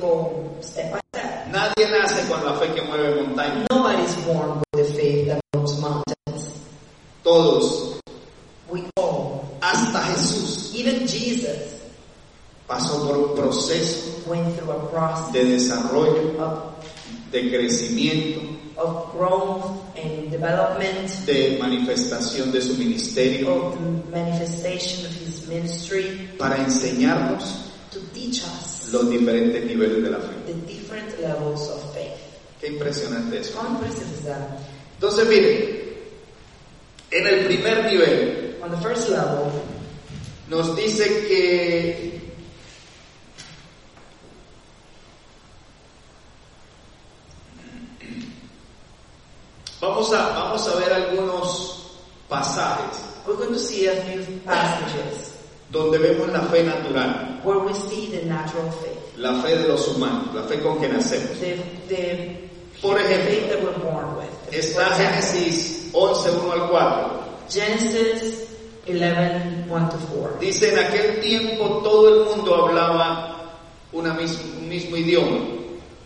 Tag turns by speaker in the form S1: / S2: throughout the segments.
S1: go step by step.
S2: Nadie nace con la fe que mueve montañas.
S1: Nobody is born with a faith that moves mountains.
S2: Todos,
S1: We all,
S2: hasta Jesús,
S1: even Jesus,
S2: pasó por un proceso
S1: went through a process
S2: de desarrollo,
S1: of,
S2: de crecimiento,
S1: of growth and development,
S2: de manifestación de su ministerio,
S1: of the manifestation of his ministry
S2: para enseñarnos
S1: to teach us
S2: los diferentes niveles de la fe.
S1: the different levels of faith.
S2: Qué impresionante eso.
S1: How impressive is that?
S2: Entonces, miren, en el primer nivel
S1: On the first level,
S2: nos dice que vamos a, vamos a ver algunos pasajes
S1: we're going to see a few passages
S2: donde vemos la fe natural,
S1: where we see the natural faith,
S2: la fe de los humanos, la fe con que nacemos.
S1: the, the
S2: Por ejemplo,
S1: faith that we're born with.
S2: está Génesis 11, 1 al 4.
S1: Genesis 11, 1 to 4.
S2: Dice, en aquel tiempo todo el mundo hablaba una mis- un mismo idioma.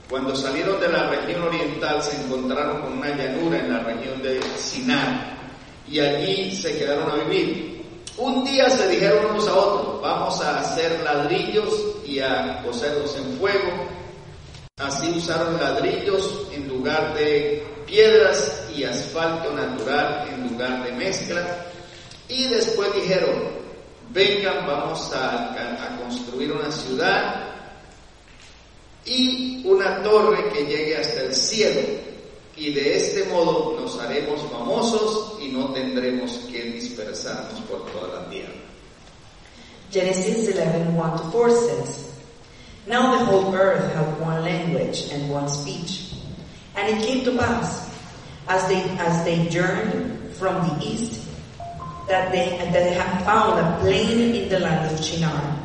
S2: Cuando salieron de la región oriental se encontraron con una llanura en la región de Sinar y allí se quedaron a vivir. Un día se dijeron unos a otros, vamos a hacer ladrillos y a coserlos en fuego. Así usaron ladrillos en lugar de piedras y asfalto natural en lugar de mezcla. Y después dijeron, vengan, vamos a, a- a construir una ciudad y una torre que llegue hasta el cielo. Y de este modo nos haremos famosos y no tendremos que dispersarnos por toda la tierra.
S1: Genesis 11, 1 to 4 says, Now the whole earth had one language and one speech. And it came to pass, as they, as they journeyed from the east, that they, that they had found a plain in the land of Shinar.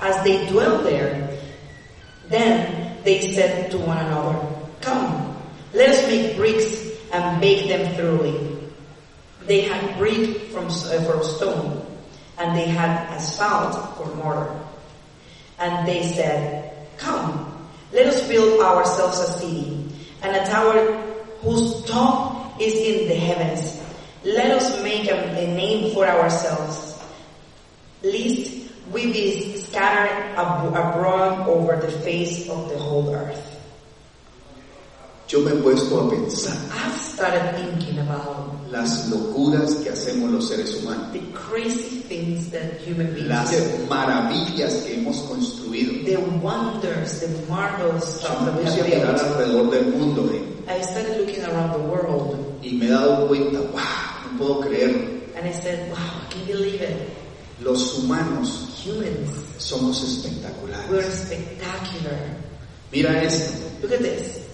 S1: As they dwelt there, then they said to one another, Come, let us make bricks and bake them thoroughly. They had brick from, uh, for stone, and they had asphalt for mortar. And they said, Come, let us build ourselves a city, and a tower whose top is in the heavens. Let us make a, a name for ourselves, lest we be scattered ab- abroad over the face of the whole earth.
S2: Yo me he puesto a pensar
S1: I started thinking about
S2: las locuras que hacemos los seres humanos,
S1: the crazy things that human beings
S2: las
S1: do.
S2: maravillas que hemos construido.
S1: the wonders, the marvelous stuff
S2: Yo
S1: that
S2: me
S1: we
S2: puse a
S1: have
S2: mirar
S1: built.
S2: alrededor del mundo gente,
S1: I started looking around the world
S2: y me he dado cuenta, wow, no puedo creerlo.
S1: and I said, wow, I can believe it.
S2: Los humanos
S1: Humans,
S2: somos
S1: we're
S2: espectaculares.
S1: spectacular.
S2: Mira esto,
S1: Look at this.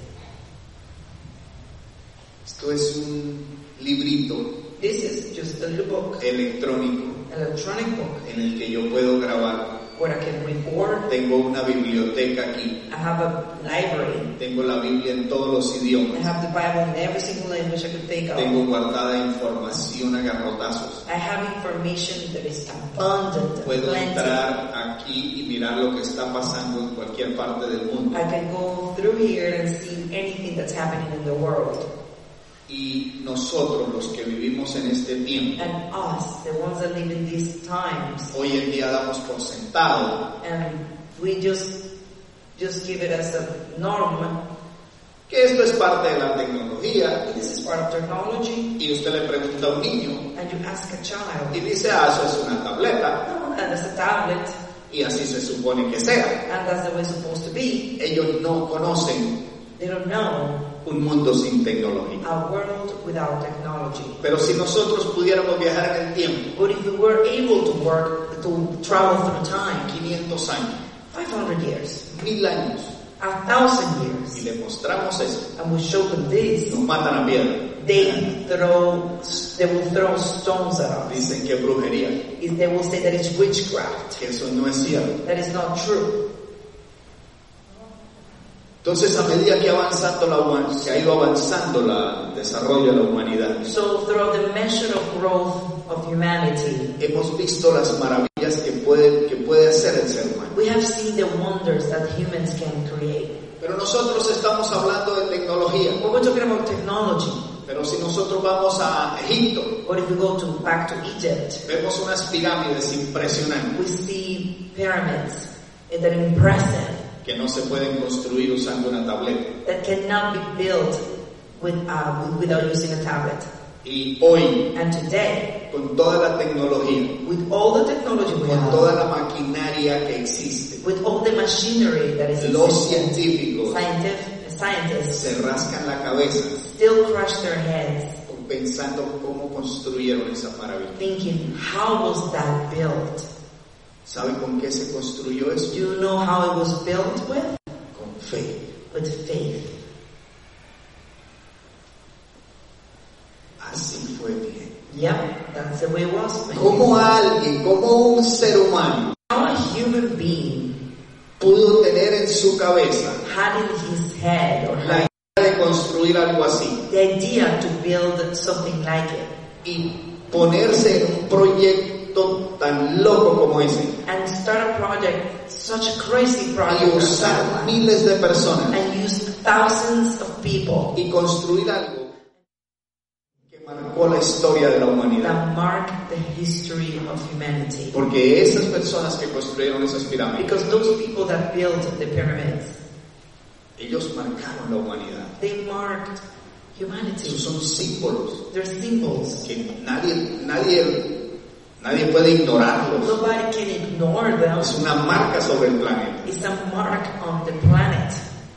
S2: esto es un librito
S1: This is just a little book,
S2: electrónico
S1: electronic book,
S2: en el que yo puedo grabar.
S1: where I can record.
S2: Tengo una biblioteca aquí,
S1: I have a library.
S2: tengo la Biblia en todos los
S1: I
S2: idiomas,
S1: have the Bible in every single language I could think of.
S2: tengo guardada información a garrotazos.
S1: I have information that is abundant,
S2: Puedo
S1: plenty.
S2: entrar aquí y mirar lo que está pasando en cualquier parte del mundo.
S1: I can go through here and see anything that's happening in the world.
S2: Y nosotros, los que vivimos en este tiempo,
S1: and us, the ones that live in these times,
S2: hoy en día damos por sentado
S1: and we just just give it as a norm.
S2: que esto es parte de la tecnología.
S1: This is part of technology,
S2: Y usted le pregunta a un niño,
S1: and you ask a
S2: y
S1: child,
S2: dice, ah, eso es una tableta,
S1: "No, and it's a tablet,
S2: y así se supone que sea.
S1: and that's the way it's supposed to be."
S2: Ellos no conocen
S1: They don't know
S2: un mundo sin tecnología.
S1: a world without technology.
S2: Pero si nosotros pudiéramos viajar en el tiempo,
S1: But if we were able to work to travel through time,
S2: 500 años,
S1: 500 years,
S2: 1000 años,
S1: a thousand
S2: y
S1: years,
S2: le mostramos eso,
S1: and we show them this,
S2: nos matan a piedra.
S1: they throw they will throw stones at us.
S2: Dicen que es brujería,
S1: is they will say that it's witchcraft.
S2: que eso no es cierto.
S1: That is not true.
S2: Entonces, a medida que avanzando la huma- se ha ido avanzando la- el desarrollo de la humanidad,
S1: So throughout the measure of growth of humanity,
S2: hemos visto las maravillas que puede, que puede hacer el ser humano.
S1: we have seen the wonders wonders that humans can create.
S2: Pero nosotros estamos hablando de tecnología.
S1: But we're talking about technology.
S2: Pero si nosotros vamos a Egipto,
S1: But if we go to back to Egypt,
S2: vemos unas pirámides impresionantes
S1: we see pyramids that are impressive
S2: que no se pueden construir usando una tableta.
S1: that cannot be built with, uh, without using a tablet.
S2: Y hoy,
S1: And today,
S2: con toda la tecnología,
S1: with all the technology we
S2: con
S1: have,
S2: toda la maquinaria que existe,
S1: with all the machinery that is
S2: los
S1: existing,
S2: científicos
S1: scientif- scientists
S2: se rascan la cabeza
S1: still crush their heads
S2: pensando cómo construyeron esa maravilla.
S1: thinking, how was that built?
S2: ¿Saben con qué se construyó eso?
S1: Do you know how it was built with?
S2: Con fe.
S1: With faith.
S2: Así fue bien.
S1: Yep, that's the way it was.
S2: ¿Cómo alguien, cómo un ser humano
S1: How a human being
S2: pudo tener en su cabeza
S1: had in his head or
S2: la
S1: had
S2: idea de construir algo así
S1: the idea to build something like it
S2: y ponerse en un proyecto tan loco como ese
S1: and start a project, such crazy
S2: y
S1: project,
S2: usar miles de personas
S1: and use thousands of people
S2: y construir algo que marcó la historia de la humanidad?
S1: that mark the history of humanity?
S2: Porque esas personas que construyeron esas pirámides,
S1: Because those people that built the pyramids,
S2: ellos marcaron la humanidad.
S1: they marked humanity.
S2: Esos son símbolos
S1: They're symbols.
S2: que nadie, nadie, nadie puede ignorarlos.
S1: Nobody can ignore them.
S2: Es una marca sobre el planeta
S1: It's a mark on the planet.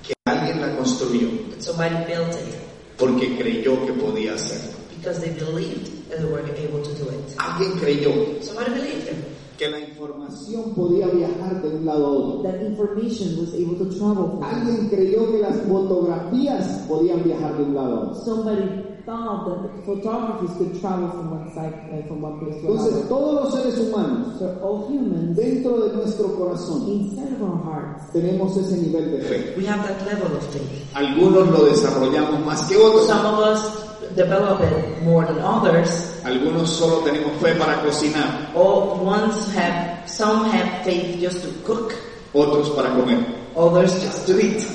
S2: que alguien la construyó
S1: Somebody built it
S2: porque creyó que podía hacerlo.
S1: because they believed that they were able to do it.
S2: Alguien creyó
S1: Somebody believed them.
S2: que la información podía viajar de un lado a otro.
S3: that information was able to travel.
S2: Alguien creyó que las fotografías podían viajar de un lado a otro.
S3: Somebody thought that the photographers could travel from one side, uh, from one place to
S4: Entonces,
S3: another.
S4: todos los seres humanos,
S3: So all humans,
S4: dentro de nuestro corazón,
S3: inside of our hearts,
S4: tenemos ese nivel de fe.
S1: We have that level of faith.
S2: Algunos lo desarrollamos más que otros.
S1: Some of us develop it more than others.
S2: Algunos solo tenemos fe para cocinar,
S1: Or ones have, some have faith just to cook,
S2: otros para comer.
S1: others just to eat.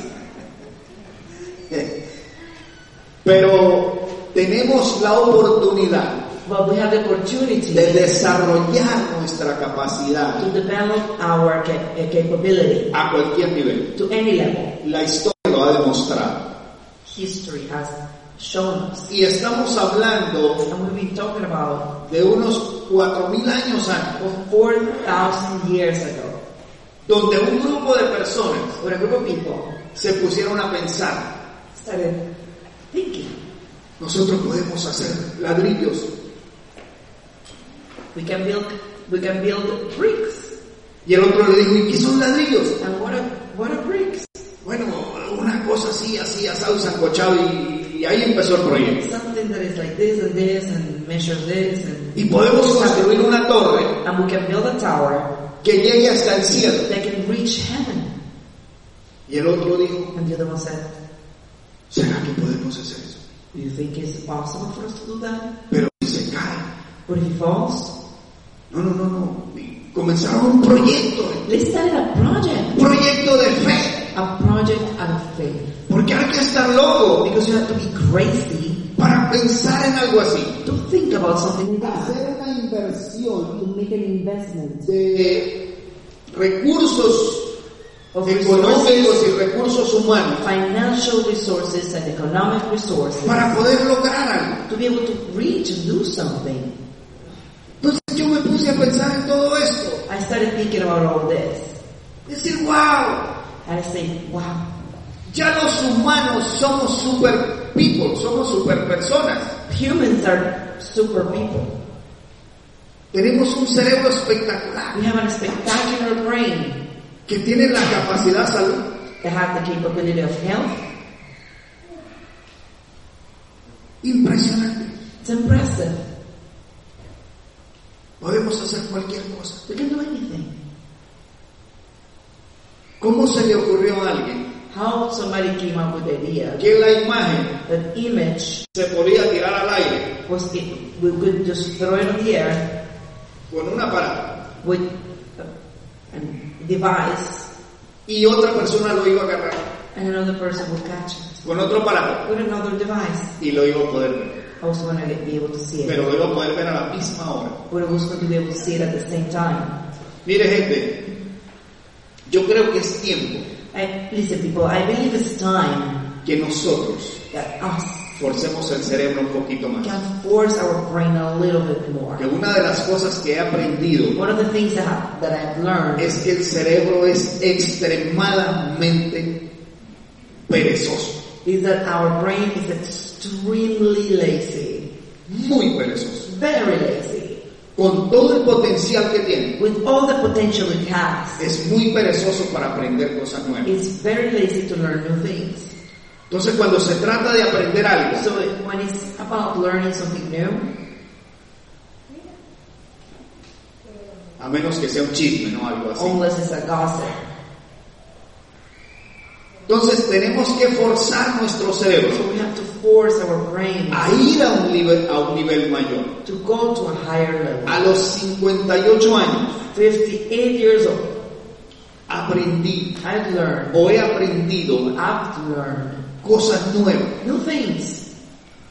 S2: Pero tenemos la oportunidad
S1: But we have the opportunity
S2: de desarrollar nuestra capacidad
S1: to develop our cap- uh, capability
S2: a cualquier nivel.
S1: to any level.
S2: La historia lo ha demostrado.
S1: History has shown us.
S2: Y estamos hablando
S1: And we've been talking about
S2: de unos 4.000 años antes,
S1: well, 4,000 years ago,
S2: donde un grupo de personas
S1: when a group of people
S2: se pusieron a pensar,
S1: started thinking,
S2: nosotros podemos hacer ladrillos.
S1: we can build, we can build bricks.
S2: Y el otro le dijo, ¿y qué son ladrillos?
S1: And what are, what are bricks?
S2: Bueno, una cosa así, así, asado y sancochado. Y, y ahí empezó el proyecto.
S1: Something that is like this and this and measures this and,
S2: Y podemos construir una torre
S1: and we can build a tower
S2: que llegue hasta el cielo.
S1: that can reach heaven.
S2: Y el otro dijo,
S1: And the other one said,
S2: ¿será que podemos hacer eso?
S1: do you think it's possible for us to do that?
S2: Pero si se cae.
S1: What if it falls?
S2: No, no, no, no. Y comenzaron un proyecto,
S1: Let's start a project.
S2: un proyecto de fe.
S1: A project out of faith.
S2: Porque hay que estar loco
S1: Because you have to be crazy
S2: para pensar en algo así.
S1: to think about something like that.
S4: Hacer una inversión
S3: to make an investment
S2: De recursos
S1: Of
S2: económicos y recursos humanos
S1: financial resources and economic resources
S2: para poder lograr algo.
S1: to be able to reach and do something.
S2: Entonces yo me puse a pensar en todo esto.
S1: I started thinking about all this.
S2: Decir, wow,
S1: And I say, wow,
S2: ya los humanos somos super people, somos super personas.
S1: humans are super people.
S2: Tenemos un cerebro espectacular
S1: We have a spectacular brain
S2: que tiene la capacidad salud.
S1: that has the capability of health.
S2: Impresionante.
S1: It's impressive.
S2: Podemos hacer cualquier cosa.
S1: We can do anything.
S2: ¿Cómo se le ocurrió a alguien
S1: How somebody came up with the idea
S2: que la imagen
S1: that image
S2: se podía tirar al aire
S1: was it, we could just throw it in the air
S2: con un aparato?
S1: with a, a device
S2: y otra persona lo iba a agarrar
S1: and another person would catch it
S2: con otro aparato
S1: with another device.
S2: y lo iba a poder ver.
S1: I was going to be able to see it,
S2: Pero lo iba a poder ver a la misma hora.
S1: but I was going to be able to see it at the same time.
S2: Mire gente, yo creo que es tiempo
S1: I, listen, people, I believe it's time
S2: que nosotros
S1: that us
S2: forcemos el cerebro un poquito más.
S1: can force our brain a little bit more.
S2: Que una de las cosas que he aprendido
S1: One of the things that, I, that I've learned
S2: es que el cerebro es extremadamente perezoso,
S1: is that our brain is extremely lazy,
S2: muy perezoso.
S1: very lazy.
S2: Con todo el potencial que tiene,
S1: With all the potential it has,
S2: es muy perezoso para aprender cosas nuevas.
S1: it's very lazy to learn new things.
S2: Entonces cuando se trata de aprender algo,
S1: So it- when it's about learning something new,
S2: a menos que sea un chisme, ¿no? Algo así.
S1: unless it's a gossip,
S2: Entonces tenemos que forzar nuestro cerebro
S1: so we have to force our brain
S2: a ir a un nivel, a un nivel mayor.
S1: to go to a higher level.
S2: A los 58 años
S1: 58 years old,
S2: aprendí
S1: I've learned,
S2: o he aprendido
S1: I've learned
S2: cosas nuevas
S1: new things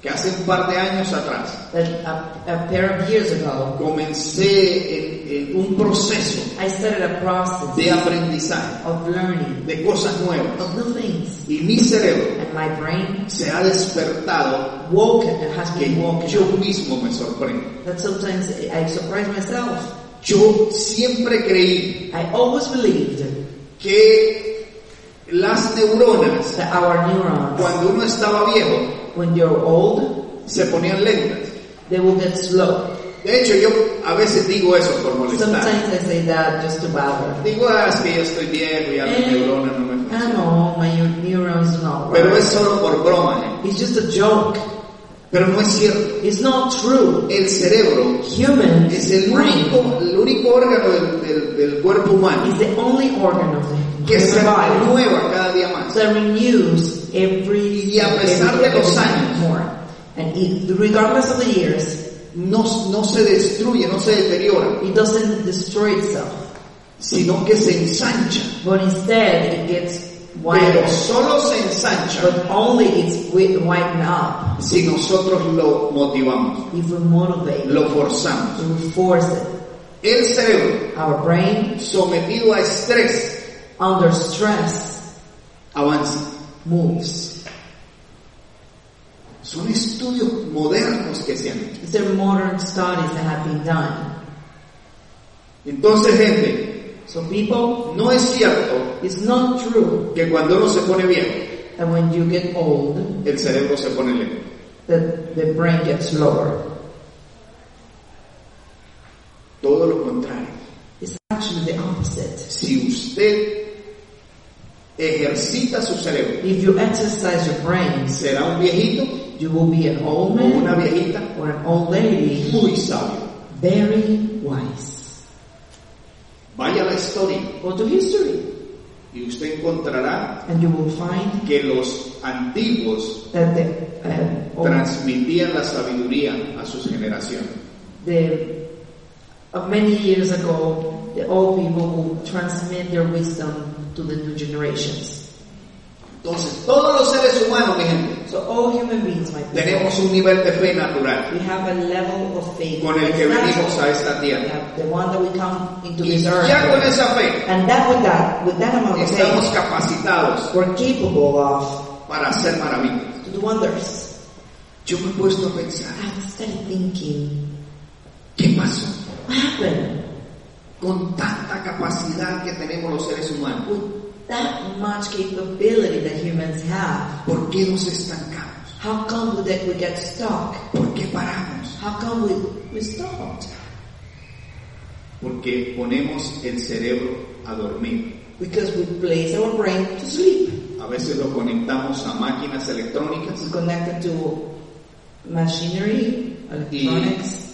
S2: que hace un par de años atrás
S1: that a, a pair of years ago,
S2: comencé en, en un proceso
S1: I started a process
S2: de aprendizaje
S1: of learning
S2: de cosas nuevas
S1: of new things.
S2: y mi cerebro
S1: And my brain
S2: se ha despertado
S1: woken and has
S2: que
S1: been woken.
S2: yo mismo me sorprendo.
S1: That sometimes I surprise myself.
S2: Yo siempre creí
S1: I always believed
S2: que las neuronas,
S1: that our neurons,
S2: cuando uno estaba viejo,
S1: when you're old,
S2: se ponían lentas.
S1: they will get slow.
S2: De hecho, yo a veces digo eso por molestar.
S1: Sometimes I say that just to bother.
S2: Digo, ah, es que yo estoy viejo y a las
S1: Eh.
S2: neuronas no me
S1: I
S2: funcionan.
S1: know my neurons do not
S2: Pero es
S1: work.
S2: solo por broma, ¿eh?
S1: It's just a joke.
S2: Pero no es cierto.
S1: It's not true.
S2: El cerebro
S1: Human
S2: es el
S1: brain
S2: único, el único órgano del, del- del cuerpo humano
S1: is the only organ of the
S2: que se
S1: human body
S2: renueva cada día más.
S1: that renews every
S2: Y a pesar de
S1: every-
S2: los
S1: every
S2: años.
S1: more. And it, regardless of the years,
S2: No, no se destruye, no se deteriora,
S1: it doesn't destroy itself.
S2: sino que se ensancha.
S1: But instead, it gets
S2: Pero
S1: wider.
S2: solo se ensancha
S1: But only it's wi- widened up
S2: si nosotros lo motivamos,
S1: if we motivate,
S2: lo forzamos.
S1: if we force it.
S2: El cerebro
S1: Our brain,
S2: sometido a estrés
S1: under stress,
S2: avanza.
S1: moves.
S2: Son estudios modernos que se han hecho.
S1: These are modern studies that have been done.
S2: Entonces, gente,
S1: So people,
S2: no es cierto
S1: it's not true
S2: que cuando uno se pone bien,
S1: that when you get old,
S2: el cerebro se pone lento.
S1: that the brain gets lower.
S2: Todo lo contrario.
S1: It's actually the opposite.
S2: Si usted ejercita su cerebro,
S1: If you exercise your brains,
S2: será un viejito
S1: you will be an old
S2: o una
S1: man
S2: viejita
S1: or an old lady,
S2: muy sabio.
S1: very wise.
S2: Vaya a la historia
S1: Go to history,
S2: y usted encontrará
S1: and you will find
S2: que los antiguos
S1: that the uh,
S2: Oh.
S1: of,
S2: transmitían la sabiduría a sus generaciones.
S1: the of many years ago, the old people will transmit their wisdom to the new generations.
S2: Entonces, todos los seres humanos, mi gente,
S1: So all human beings, my people,
S2: tenemos un nivel de fe natural.
S1: we have a level of faith
S2: con el que
S1: It's natural.
S2: venimos a esta
S1: We
S2: tierra.
S1: have the one that we come into
S2: Y
S1: this earth,
S2: ya con esa fe
S1: and that with that, with that amount of
S2: estamos
S1: faith,
S2: capacitados
S1: we're capable of
S2: para hacer maravillas.
S1: to do wonders.
S2: Yo me he puesto a pensar,
S1: I started thinking,
S2: ¿qué pasó
S1: what happened
S2: con tanta capacidad que tenemos los seres humanos?
S1: with that much capability that humans have?
S2: ¿Por qué nos estancamos?
S1: How come we that we get stuck?
S2: ¿Por qué paramos?
S1: How come we we stopped?
S2: Porque ponemos el cerebro a dormir.
S1: Because we place our brain to sleep.
S2: A veces lo conectamos a máquinas electrónicas,
S1: It's connected to machinery, electronics,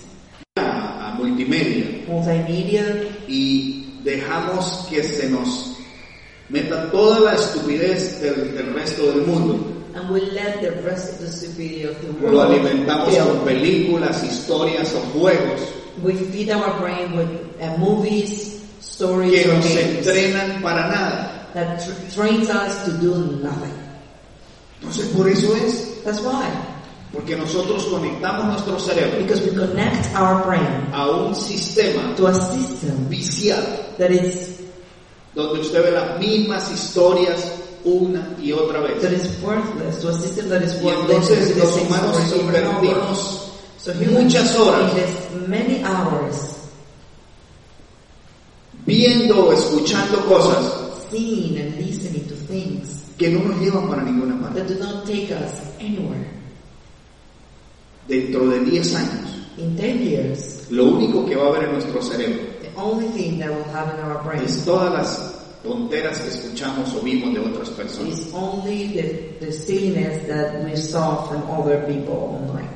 S2: a, a multimedia,
S1: multimedia,
S2: y dejamos que se nos meta toda la estupidez del- del resto del mundo.
S1: and we let the rest of the stupidity of the
S2: Lo
S1: world.
S2: alimentamos con
S1: fill.
S2: películas, historias o juegos
S1: We feed our brain with uh, movies, stories,
S2: que
S1: or
S2: nos
S1: games
S2: entrenan para nada.
S1: that tr- trains us to do nothing.
S2: Entonces por eso es,
S1: That's why.
S2: porque nosotros conectamos nuestro cerebro
S1: Because we connect our brain
S2: a un sistema
S1: to a system
S2: viciado,
S1: that is,
S2: donde usted ve las mismas historias una y otra
S1: that
S2: vez.
S1: is worthless, to a system that is
S2: Y
S1: worthless.
S2: entonces
S1: to the
S2: los
S1: same
S2: humanos
S1: story over and over.
S2: invertimos
S1: so
S2: muchas horas.
S1: invest many hours
S2: viendo o escuchando cosas
S1: seeing and listening to things
S2: que no nos llevan para ninguna parte.
S1: that do not take us anywhere.
S2: Dentro de 10 años,
S1: In 10 years,
S2: lo único que va a haber en nuestro cerebro
S1: the only thing that will have in our brain
S2: es todas las tonteras que escuchamos o vimos de otras personas.
S1: is only the, the silliness that we saw from other people online.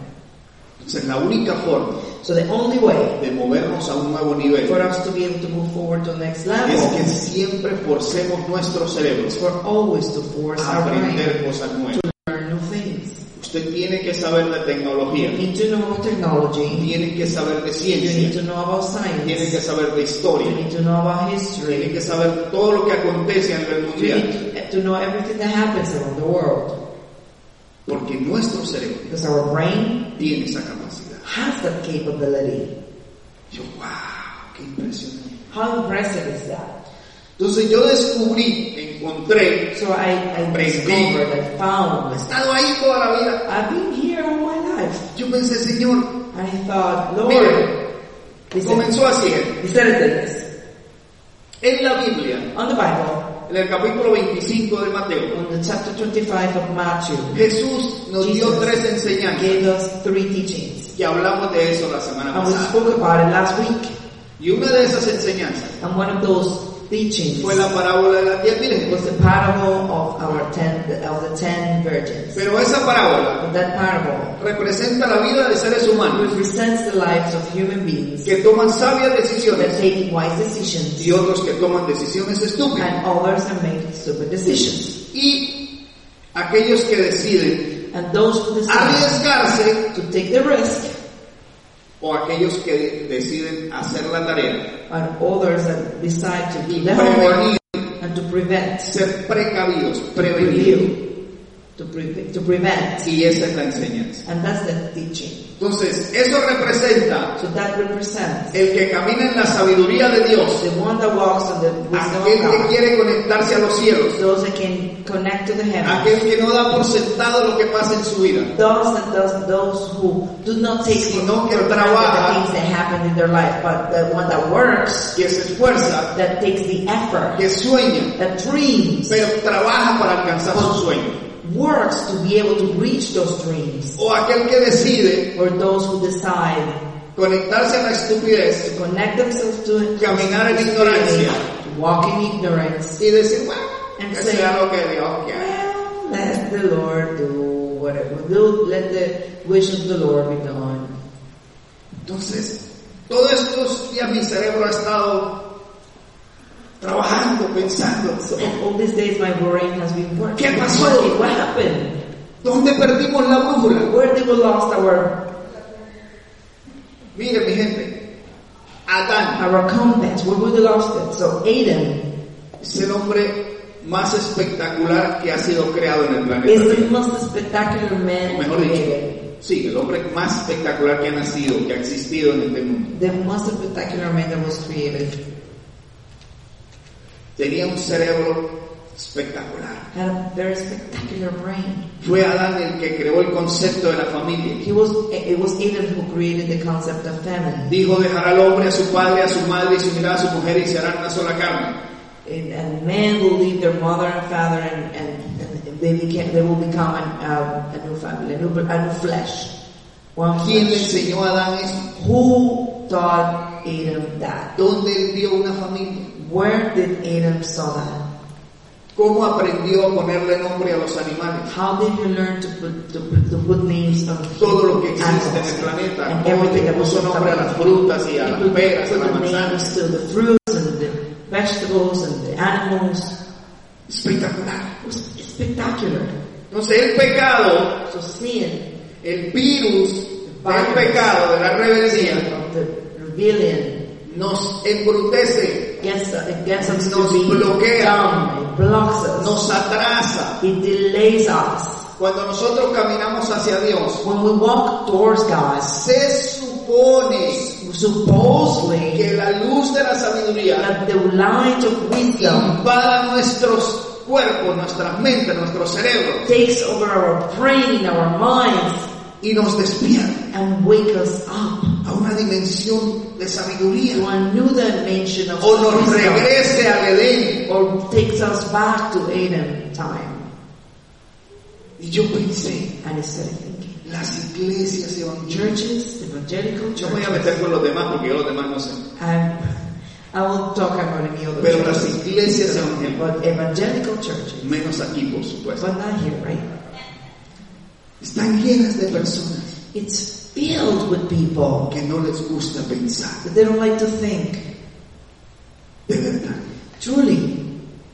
S2: Entonces, la única forma
S1: So the only way
S2: de movernos a un nuevo nivel
S1: for us to be able to move forward to the next level
S2: es que siempre forcemos nuestro cerebro
S1: is for always to force
S2: a
S1: our brain to
S2: aprender cosas nuevas.
S1: learn new things.
S2: Usted tiene que saber de tecnología,
S1: You need to know technology,
S2: tiene que saber de
S1: you need
S2: ciencia,
S1: to know about
S2: tiene
S1: science,
S2: que saber de
S1: you
S2: historia,
S1: need to know about
S2: tiene
S1: history,
S2: que saber todo lo que acontece a nivel
S1: you need
S2: mundial,
S1: to, to know everything that happens around the world.
S2: porque nuestro cerebro
S1: Because our brain
S2: tiene esa capacidad.
S1: has that capability.
S2: Yo, wow, qué impresionante.
S1: How impressive is that?
S2: Entonces yo descubrí, encontré,
S1: So I, I
S2: Aprendí.
S1: discovered, I
S2: he
S1: found,
S2: estado ahí toda la vida.
S1: I've been here all my life.
S2: Yo pensé, Señor,
S1: And I thought, Lord,
S2: mire,
S1: he said,
S2: comenzó así. ¿eh?
S1: he said it like this.
S2: En la Biblia,
S1: On the Bible,
S2: en el capítulo 25 de Mateo,
S1: on the chapter 25 of Matthew,
S2: Jesús nos dio
S1: Jesus.
S2: tres enseñanzas
S1: gave us three teachings.
S2: y hablamos de eso la semana
S1: And we
S2: pasada.
S1: spoke about it last week.
S2: Y una de esas enseñanzas
S1: And one of those teachings
S2: fue la parábola de las diez vírgenes.
S1: was the parable of our ten, of the ten virgins.
S2: Pero esa parábola
S1: But that parable
S2: representa la vida de seres humanos
S1: represents the lives of human beings
S2: que toman sabias
S1: that
S2: decisiones
S1: take wise decisions
S2: y otros que toman decisiones estúpidas.
S1: and others that make stupid decisions.
S2: y aquellos que deciden
S1: And those who decide
S2: arriesgarse
S1: to take the risk
S2: o aquellos que de- deciden hacer la tarea
S1: and others that decide to
S2: y
S1: do the homework
S2: prevenir,
S1: and to prevent,
S2: ser precavidos, prevenir.
S1: review, to, pre- to prevent.
S2: Y esa es la enseñanza.
S1: And that's the teaching.
S2: Entonces, eso representa
S1: So that represents
S2: el que camina en la sabiduría de Dios,
S1: the one that walks on the wisdom of
S2: aquel que
S1: God,
S2: quiere conectarse a los cielos,
S1: those that can connect to the heavens,
S2: aquel que no da por sentado lo que pasa en su vida,
S1: those and those, those who do not take for
S2: Sino que
S1: for granted
S2: trabaja.
S1: the things that happen in their life, but the one that works,
S2: que se esfuerza,
S1: that takes the effort,
S2: que sueña,
S1: that dreams,
S2: pero trabaja para alcanzar su sueño,
S1: works to be able to reach those dreams,
S2: o aquel que decide
S1: or those who decide
S2: conectarse a la estupidez
S1: to connect themselves to
S2: Caminar en
S1: to
S2: ignorancia.
S1: faith, Walk in ignorance.
S2: y decir, bueno, que
S1: Sí.
S2: sea lo que Dios quiera.
S1: Well, let the Lord do whatever. Do, let the wish of the Lord be done.
S2: Entonces, todos estos días mi cerebro ha estado trabajando, pensando,
S1: So all these days my brain has been working.
S2: ¿Qué pasó?
S1: Working. What happened?
S2: ¿dónde perdimos la brújula?
S1: Where did we lost our
S2: Mire, mi gente, Adán
S1: our compass? Where would we lost it? So Adam
S2: es el hombre más espectacular que ha sido creado en el
S1: is
S2: planeta.
S1: the
S2: Tierra.
S1: most spectacular
S2: O
S1: man
S2: mejor
S1: created.
S2: dicho, sí, el hombre más espectacular que ha nacido, que ha existido en este mundo.
S1: The most spectacular man that was created
S2: Tenía un cerebro espectacular.
S1: had a very spectacular brain.
S2: Fue Adán el que creó el concepto de la familia.
S1: He was it was Adam who created the concept of family.
S2: Dijo, dejará al hombre a su padre, a su madre y se unirá a su mujer y se harán una sola carne.
S1: And, and men will leave their mother and father, and, and, and they, became, they will become an, uh, a new family, a new, a new flesh. One
S2: ¿Quién le
S1: flesh.
S2: enseñó a Adán eso?
S1: Who taught Adam that?
S2: ¿Dónde él vio una familia?
S1: Where did Adam saw that?
S2: ¿Cómo aprendió a ponerle nombre a los animales?
S1: How did he learn to put, to put, to put names on
S2: Todo lo que existe Ah, en el
S1: animals?
S2: planeta,
S1: And
S2: cómo le
S1: everything that was
S2: puso
S1: on
S2: nombre a las
S1: planet.
S2: frutas y a
S1: He
S2: las
S1: put,
S2: peras, a
S1: put
S2: las
S1: the
S2: manzanas.
S1: names to the fruits and the vegetables and the animals.
S2: Espectacular.
S1: It was spectacular.
S2: Entonces el pecado,
S1: So sin
S2: el virus del pecado, de la rebeldía,
S1: of the rebellion
S2: nos embrutece,
S1: gets, it gets us to
S2: Nos
S1: be
S2: bloquea.
S1: down. It blocks us.
S2: nos atrasa.
S1: It delays us.
S2: Cuando nosotros caminamos hacia Dios,
S1: When we walk towards God,
S2: se supone
S1: supposedly
S2: que la luz de la sabiduría
S1: that the light of wisdom
S2: invada nuestros cuerpos, nuestras mentes, nuestro cerebro
S1: takes over our brain, our minds,
S2: y nos despierta
S1: and wake us up
S2: a una dimensión de
S1: to
S2: sabiduría
S1: a new dimension of
S2: o nos
S1: wisdom,
S2: regrese al Edén.
S1: or takes us back to Eden time.
S2: Y yo pensé,
S1: And I started thinking,
S2: las iglesias evangélicas.
S1: churches, evangelical
S2: Yo me voy a
S1: churches,
S2: meter con los demás porque yo los demás no sé.
S1: and Um, I won't talk about any other
S2: Pero las
S1: churches,
S2: iglesias evangélicas,
S1: but evangelical churches,
S2: menos aquí por supuesto,
S1: but not here, right?
S2: están llenas de personas
S1: It's filled with people
S2: que no les gusta pensar,
S1: that they don't like to think.
S2: de verdad.
S1: Truly,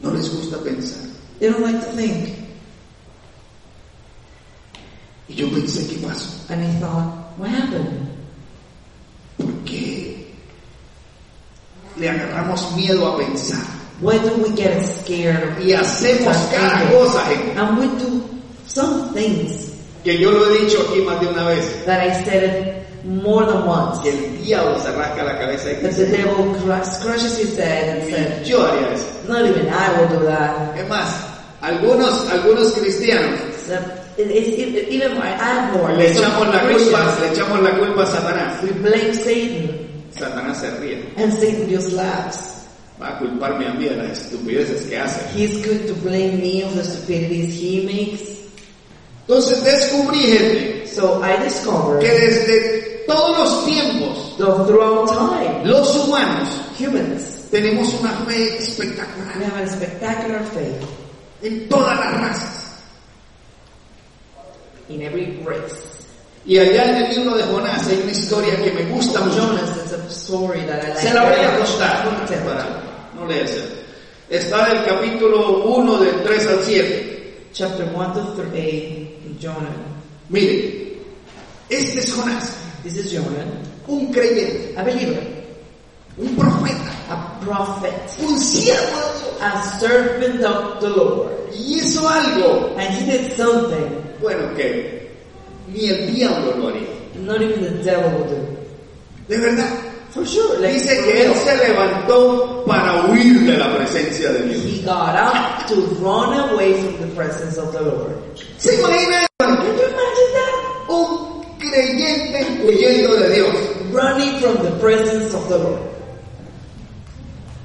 S2: No les gusta pensar.
S1: they don't like to think.
S2: Y yo pensé, ¿qué pasó?
S1: And I thought, what happened?
S2: ¿Por qué le agarramos miedo a pensar?
S1: Why do we get scared?
S2: Y hacemos cada cosa, gente.
S1: And we do some things
S2: Que yo lo he dicho aquí más de una vez.
S1: that I said it more than once.
S2: Que el diablo se rasca la cabeza y
S1: That
S2: dice,
S1: the devil cr- scratches his head and said,
S2: yo haría eso.
S1: not even I will do that.
S2: Es más, algunos, algunos cristianos
S1: That it, it, it, even I have more.
S2: le
S1: Some
S2: echamos la culpa, le echamos la culpa a Satanás.
S1: Christians, We blame Satan,
S2: Satanás se ríe.
S1: and Satan just laughs.
S2: Va a culparme a mí de las estupideces que hace.
S1: He's good to blame me of the stupidities he makes.
S2: Entonces descubrí, gente,
S1: So I discovered
S2: que desde todos los tiempos,
S1: that throughout time,
S2: los humanos
S1: humans,
S2: Tenemos una fe
S1: we
S2: espectacular
S1: have a spectacular faith
S2: en todas las razas.
S1: in every race.
S2: Y allá en el libro de Jonás hay una historia que me gusta mucho.
S1: Jonas is a story that I like.
S2: Se la voy a
S1: very much.
S2: contar
S1: Tell it.
S2: para no leerse. Está en el capítulo 1 del 3 al 7.
S1: Chapter 1 to 3, in Jonah.
S2: Mire, este es Jonás,
S1: This is Jonah,
S2: un creyente,
S1: a believer,
S2: un profeta,
S1: a prophet,
S2: un siervo
S1: a servant of the Lord.
S2: de Dios. Y hizo algo,
S1: And he did something
S2: bueno, que ni el diablo lo haría.
S1: not even the devil would do.
S2: De verdad.
S1: For sure. Like,
S2: Dice
S1: for
S2: que él
S1: real.
S2: se levantó para huir de la presencia de Dios.
S1: He got up to run away from the presence of the Lord.
S2: ¿Se imagina
S1: Can you imagine that?
S2: un creyente huyendo de Dios?
S1: Running from the presence of the Lord.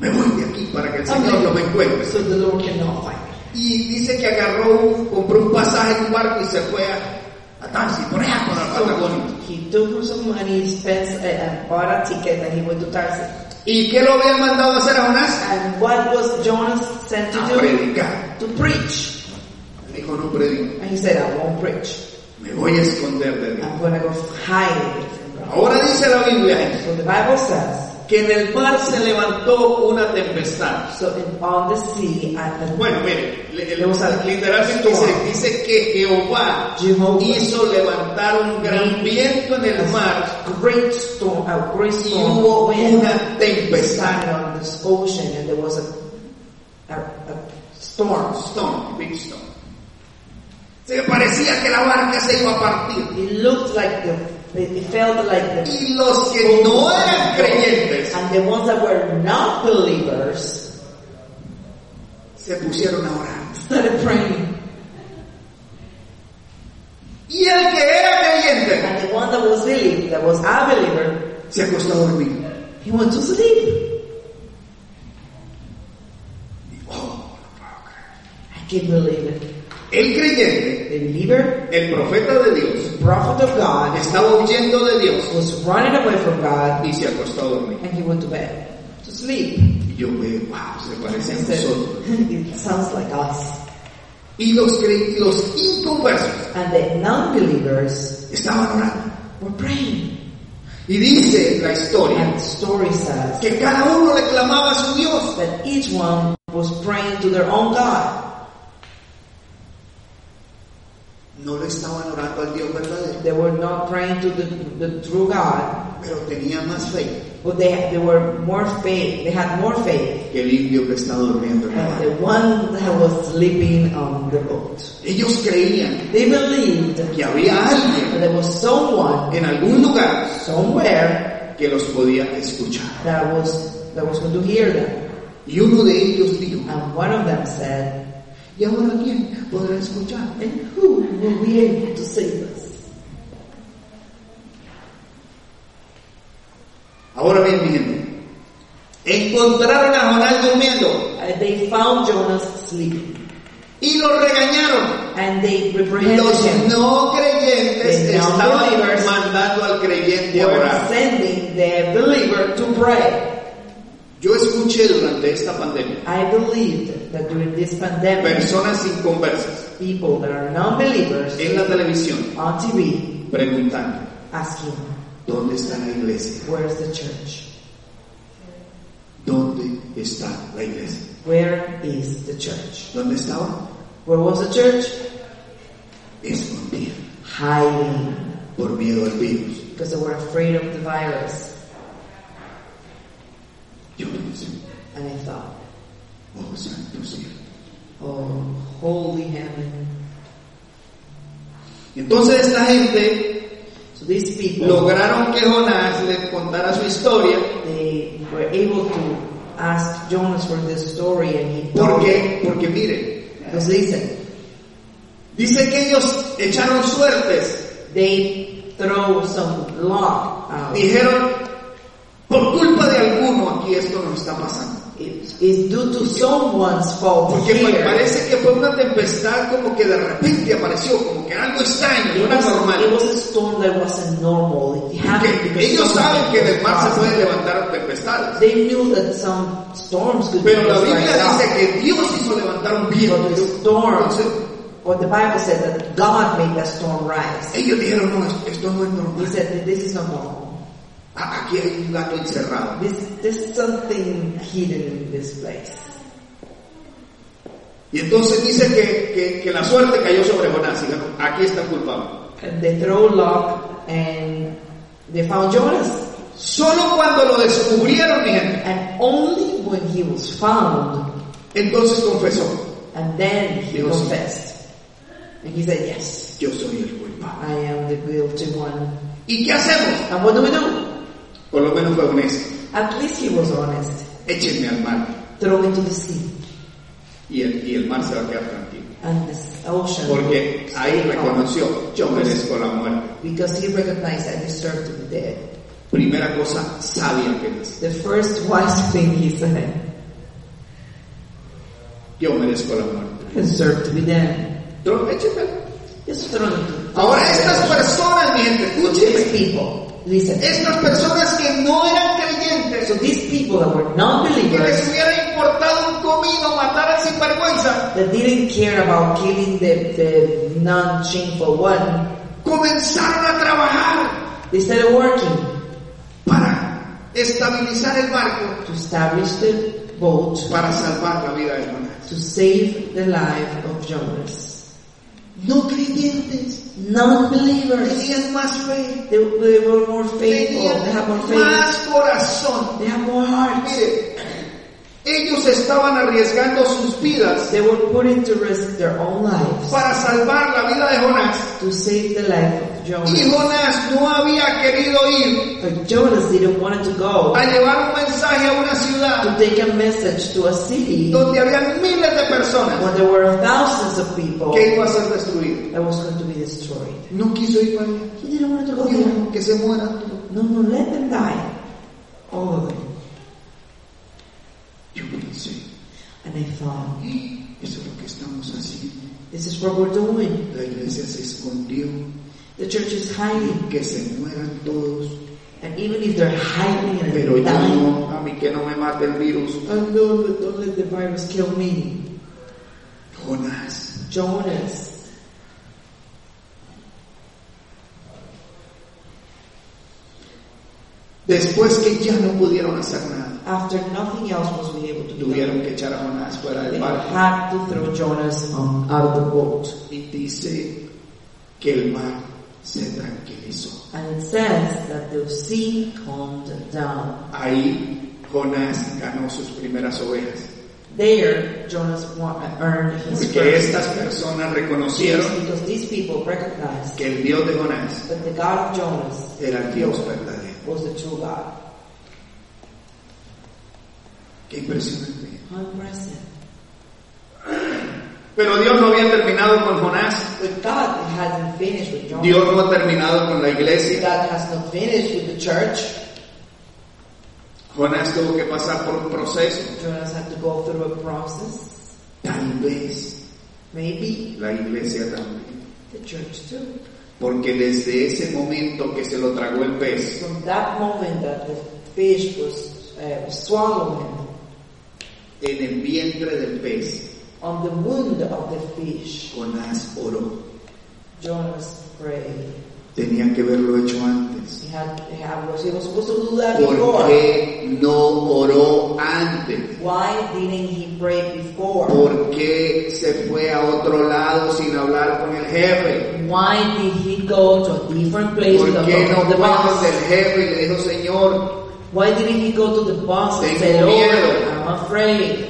S2: Me voy de aquí para que el Señor no me encuentre.
S1: So the Lord cannot find me.
S2: Y dice que agarró, un- compró un pasaje en un barco y se fue a, a Tarsis, por allá, por la
S1: So
S2: Patagonia.
S1: he took him some money, spent uh, and bought a ticket, and he went to Tarsus.
S2: ¿Y qué lo habían mandado a hacer a Jonás?
S1: And what was Jonas sent to
S2: A
S1: do?
S2: predicar.
S1: To preach.
S2: Dijo, no predico,
S1: And he said, I won't preach.
S2: me voy a esconder de Dios.
S1: I'm gonna go hide it from God.
S2: Ahora dice la Biblia
S1: So the Bible says,
S2: que en el mar se levantó una tempestad.
S1: So in, on the sea at the
S2: Bueno, mire, le- el- o sea, literalmente dice, dice que Jehová
S1: Jehová.
S2: hizo levantar un gran viento en el mar
S1: great storm, a great
S2: y
S1: storm
S2: hubo
S1: wind
S2: una tempestad.
S1: started on this ocean, and there was a, a, a storm.
S2: Storm, big storm. Se parecía que la barca se iba a partir.
S1: It looked like the, it it felt like the,
S2: Y los que no eran creyentes
S1: and the ones that were not believers
S2: se pusieron a orar.
S1: started praying,
S2: Y el que era creyente
S1: and the one that was believing, that was a believer,
S2: se acostó a dormir.
S1: he went to sleep.
S2: Oh,
S1: I can't believe it.
S2: el creyente,
S1: The believer,
S2: el profeta de Dios,
S1: the prophet of God,
S2: estaba huyendo de Dios
S1: was running away from God,
S2: y se acostó a dormir.
S1: and he went to bed to sleep.
S2: Y yo veo, wow, se parece a
S1: He said,
S2: nosotros.
S1: It sounds like us.
S2: Y los, cre- los inconversos
S1: And the non-believers
S2: estaban orando.
S1: were praying.
S2: Y dice la historia
S1: And the story says
S2: que cada uno le clamaba a su Dios.
S1: that each one was praying to their own God.
S2: No le estaban orando al Dios verdadero,
S1: They were not praying to the, the true God,
S2: pero tenía más fe
S1: but they, they were more faith, they had more faith
S2: que el indio que está durmiendo en la
S1: than
S2: barca.
S1: the one that was sleeping on the boat.
S2: Ellos creían
S1: They believed that
S2: que había alguien
S1: there was someone
S2: en algún lugar
S1: somewhere
S2: que los podía escuchar.
S1: that was, that was going to hear them.
S2: Y uno de ellos dijo,
S1: And one of them said,
S2: ¿y ahora quién podrá escuchar?
S1: and who will be able to save us?
S2: Ahora bien, mi gente, encontraron a Jonás durmiendo
S1: And they found Jonas sleeping.
S2: y lo regañaron.
S1: And they reprehended
S2: Los
S1: him.
S2: no creyentes
S1: The
S2: estaban
S1: non-believers
S2: mandando al creyente a
S1: Were
S2: orar.
S1: sending the believer to pray.
S2: Yo escuché durante esta pandemia
S1: I believed that during this pandemic,
S2: personas sin conversas
S1: people that are non-believers
S2: en la televisión
S1: on TV
S2: preguntando,
S1: asking,
S2: ¿dónde está la iglesia?
S1: where's the church?
S2: ¿Dónde está la iglesia?
S1: Where is the church?
S2: ¿Dónde estaba?
S1: Where was the church?
S2: Escondida
S1: Hiding.
S2: por miedo al virus.
S1: Because they were afraid of the virus.
S2: Yo pensé,
S1: And I thought,
S2: oh santo cielo.
S1: oh, holy heaven.
S2: Entonces esta gente
S1: So these people,
S2: lograron que Jonás les contara su historia
S1: they were able to ask Jonas for this story and he told
S2: porque, porque miren,
S1: Because listen,
S2: dice que ellos echaron suertes,
S1: they throw some luck out.
S2: dijeron, por culpa de alguno aquí esto nos está pasando.
S1: It is due to someone's fault
S2: Porque pa-
S1: here.
S2: parece que fue una tempestad como que de repente apareció, como que algo extraño, no
S1: It
S2: era
S1: was, it
S2: normal.
S1: was a storm that wasn't normal. It happened
S2: Que
S1: because
S2: ellos
S1: someone
S2: saben que del mar se
S1: caused
S2: pueden
S1: it.
S2: levantar tempestades.
S1: They knew that some storms could
S2: Pero
S1: be
S2: la
S1: just
S2: Biblia
S1: like that.
S2: dice que Dios hizo levantar un viento.
S1: But the storm,
S2: Entonces,
S1: but the Bible said that God made that storm rise.
S2: ellos dijeron, no, esto- esto no es
S1: He
S2: normal.
S1: said that this is not normal.
S2: Ah, Aquí hay un gato encerrado.
S1: This, there's something hidden in this place.
S2: Y entonces dice que, que- que la suerte cayó sobre Jonás. y dijeron, aquí está el culpable.
S1: And they throw luck and they found Jonas.
S2: Solo cuando lo descubrieron, mi gente,
S1: And only when he was found,
S2: entonces confesó,
S1: and then he
S2: Dios.
S1: confessed. And he said, yes,
S2: yo soy el culpable.
S1: I am the guilty one.
S2: ¿Y qué hacemos?
S1: And what do we do?
S2: Por lo menos fue honesto.
S1: At least he was honest.
S2: Échenme al mar
S1: Throw into the sea.
S2: y el, y el mar se va a quedar tranquilo.
S1: And the ocean.
S2: Porque ahí reconoció, yo merezco la muerte.
S1: Because he recognized I deserve to be dead.
S2: Primera cosa sabia que dice,
S1: The first wise thing he said,
S2: yo merezco la muerte.
S1: I deserve to be dead.
S2: Tro- échenme al mar.
S1: Just throw into
S2: Ahora estas personas, mi gente,
S1: These
S2: escúcheme,
S1: people, listen.
S2: estas personas que no eran creyentes,
S1: So these people that were
S2: que les
S1: non-believers,
S2: hubiera importado un comino matar al sinvergüenza,
S1: that didn't care about killing the, the non-shameful one,
S2: comenzaron a trabajar
S1: they started working
S2: para estabilizar el barco,
S1: to establish the boat
S2: para salvar la vida de Jonás.
S1: to save the life of Jonas.
S2: No creyentes,
S1: Non-believers,
S2: tenían más fe,
S1: they, they were more faithful, they had more
S2: tenían
S1: faith,
S2: más corazón.
S1: they had more heart.
S2: Mire, ellos estaban arriesgando sus vidas
S1: They were putting to risk their own lives
S2: para salvar la vida de Jonás.
S1: to save the life of
S2: Y
S1: Jonas.
S2: Jonás no había querido ir
S1: But Jonas didn't want to go
S2: a llevar un mensaje a una
S1: to
S2: ciudad
S1: take a message to a city
S2: donde habían miles de personas
S1: where there were thousands of people
S2: que iba a ser destruido.
S1: that was going to be destroyed.
S2: No quiso ir para allá.
S1: He didn't want to go there.
S2: Dijo que se muera.
S1: No, no, let them die. All of them.
S2: Yo pensé,
S1: And I thought,
S2: eso es lo que estamos haciendo.
S1: this is what we're doing.
S2: La iglesia se escondió.
S1: The church is hiding.
S2: Que se mueran todos.
S1: And even if they're hiding and
S2: Pero yo
S1: dying,
S2: no, a mí que no me mate el virus.
S1: oh no, but don't let the virus kill me.
S2: Jonás,
S1: Jonas,
S2: después que ya no pudieron hacer nada,
S1: after nothing else was being able to do,
S2: tuvieron que echar a Jonás fuera
S1: they
S2: del barco.
S1: had to throw Jonas um, out of the boat.
S2: Y dice que el mar se tranquilizó.
S1: And it says that the sea calmed down.
S2: Ahí Jonás ganó sus primeras ovejas,
S1: There, Jonas wa- earned his
S2: porque
S1: first
S2: estas personas reconocieron
S1: gifts because these people recognized
S2: que el Dios de Jonás
S1: that the God of Jonas
S2: era el Dios verdadero.
S1: was the true God.
S2: Qué impresionante.
S1: How impressive.
S2: Pero Dios no había terminado con Jonás,
S1: But God hasn't finished with Jonas.
S2: Dios no ha terminado con la iglesia.
S1: God has not finished with the church.
S2: Jonás tuvo que pasar por un proceso.
S1: Jonas had to go through a process.
S2: Tal vez
S1: Maybe
S2: la iglesia también.
S1: the church too.
S2: Porque desde ese momento que se lo tragó el pez,
S1: From that moment that the fish was uh, swallowed him,
S2: en el vientre del pez,
S1: on the wound of the fish,
S2: Jonás oró.
S1: Jonas prayed.
S2: Tenía que haberlo hecho antes.
S1: He had, he had was, he was supposed to do that
S2: ¿Por
S1: before.
S2: qué no oró antes?
S1: Why didn't he pray before?
S2: ¿Por qué se fue a otro lado sin hablar con el jefe?
S1: Why did he go to a different place
S2: ¿Por
S1: without
S2: qué
S1: talking
S2: no
S1: to the
S2: fue donde
S1: boss?
S2: el jefe y le dijo, Señor,
S1: Why didn't he go to the boss and
S2: Tengo
S1: say,
S2: miedo."
S1: "Oh, I'm afraid,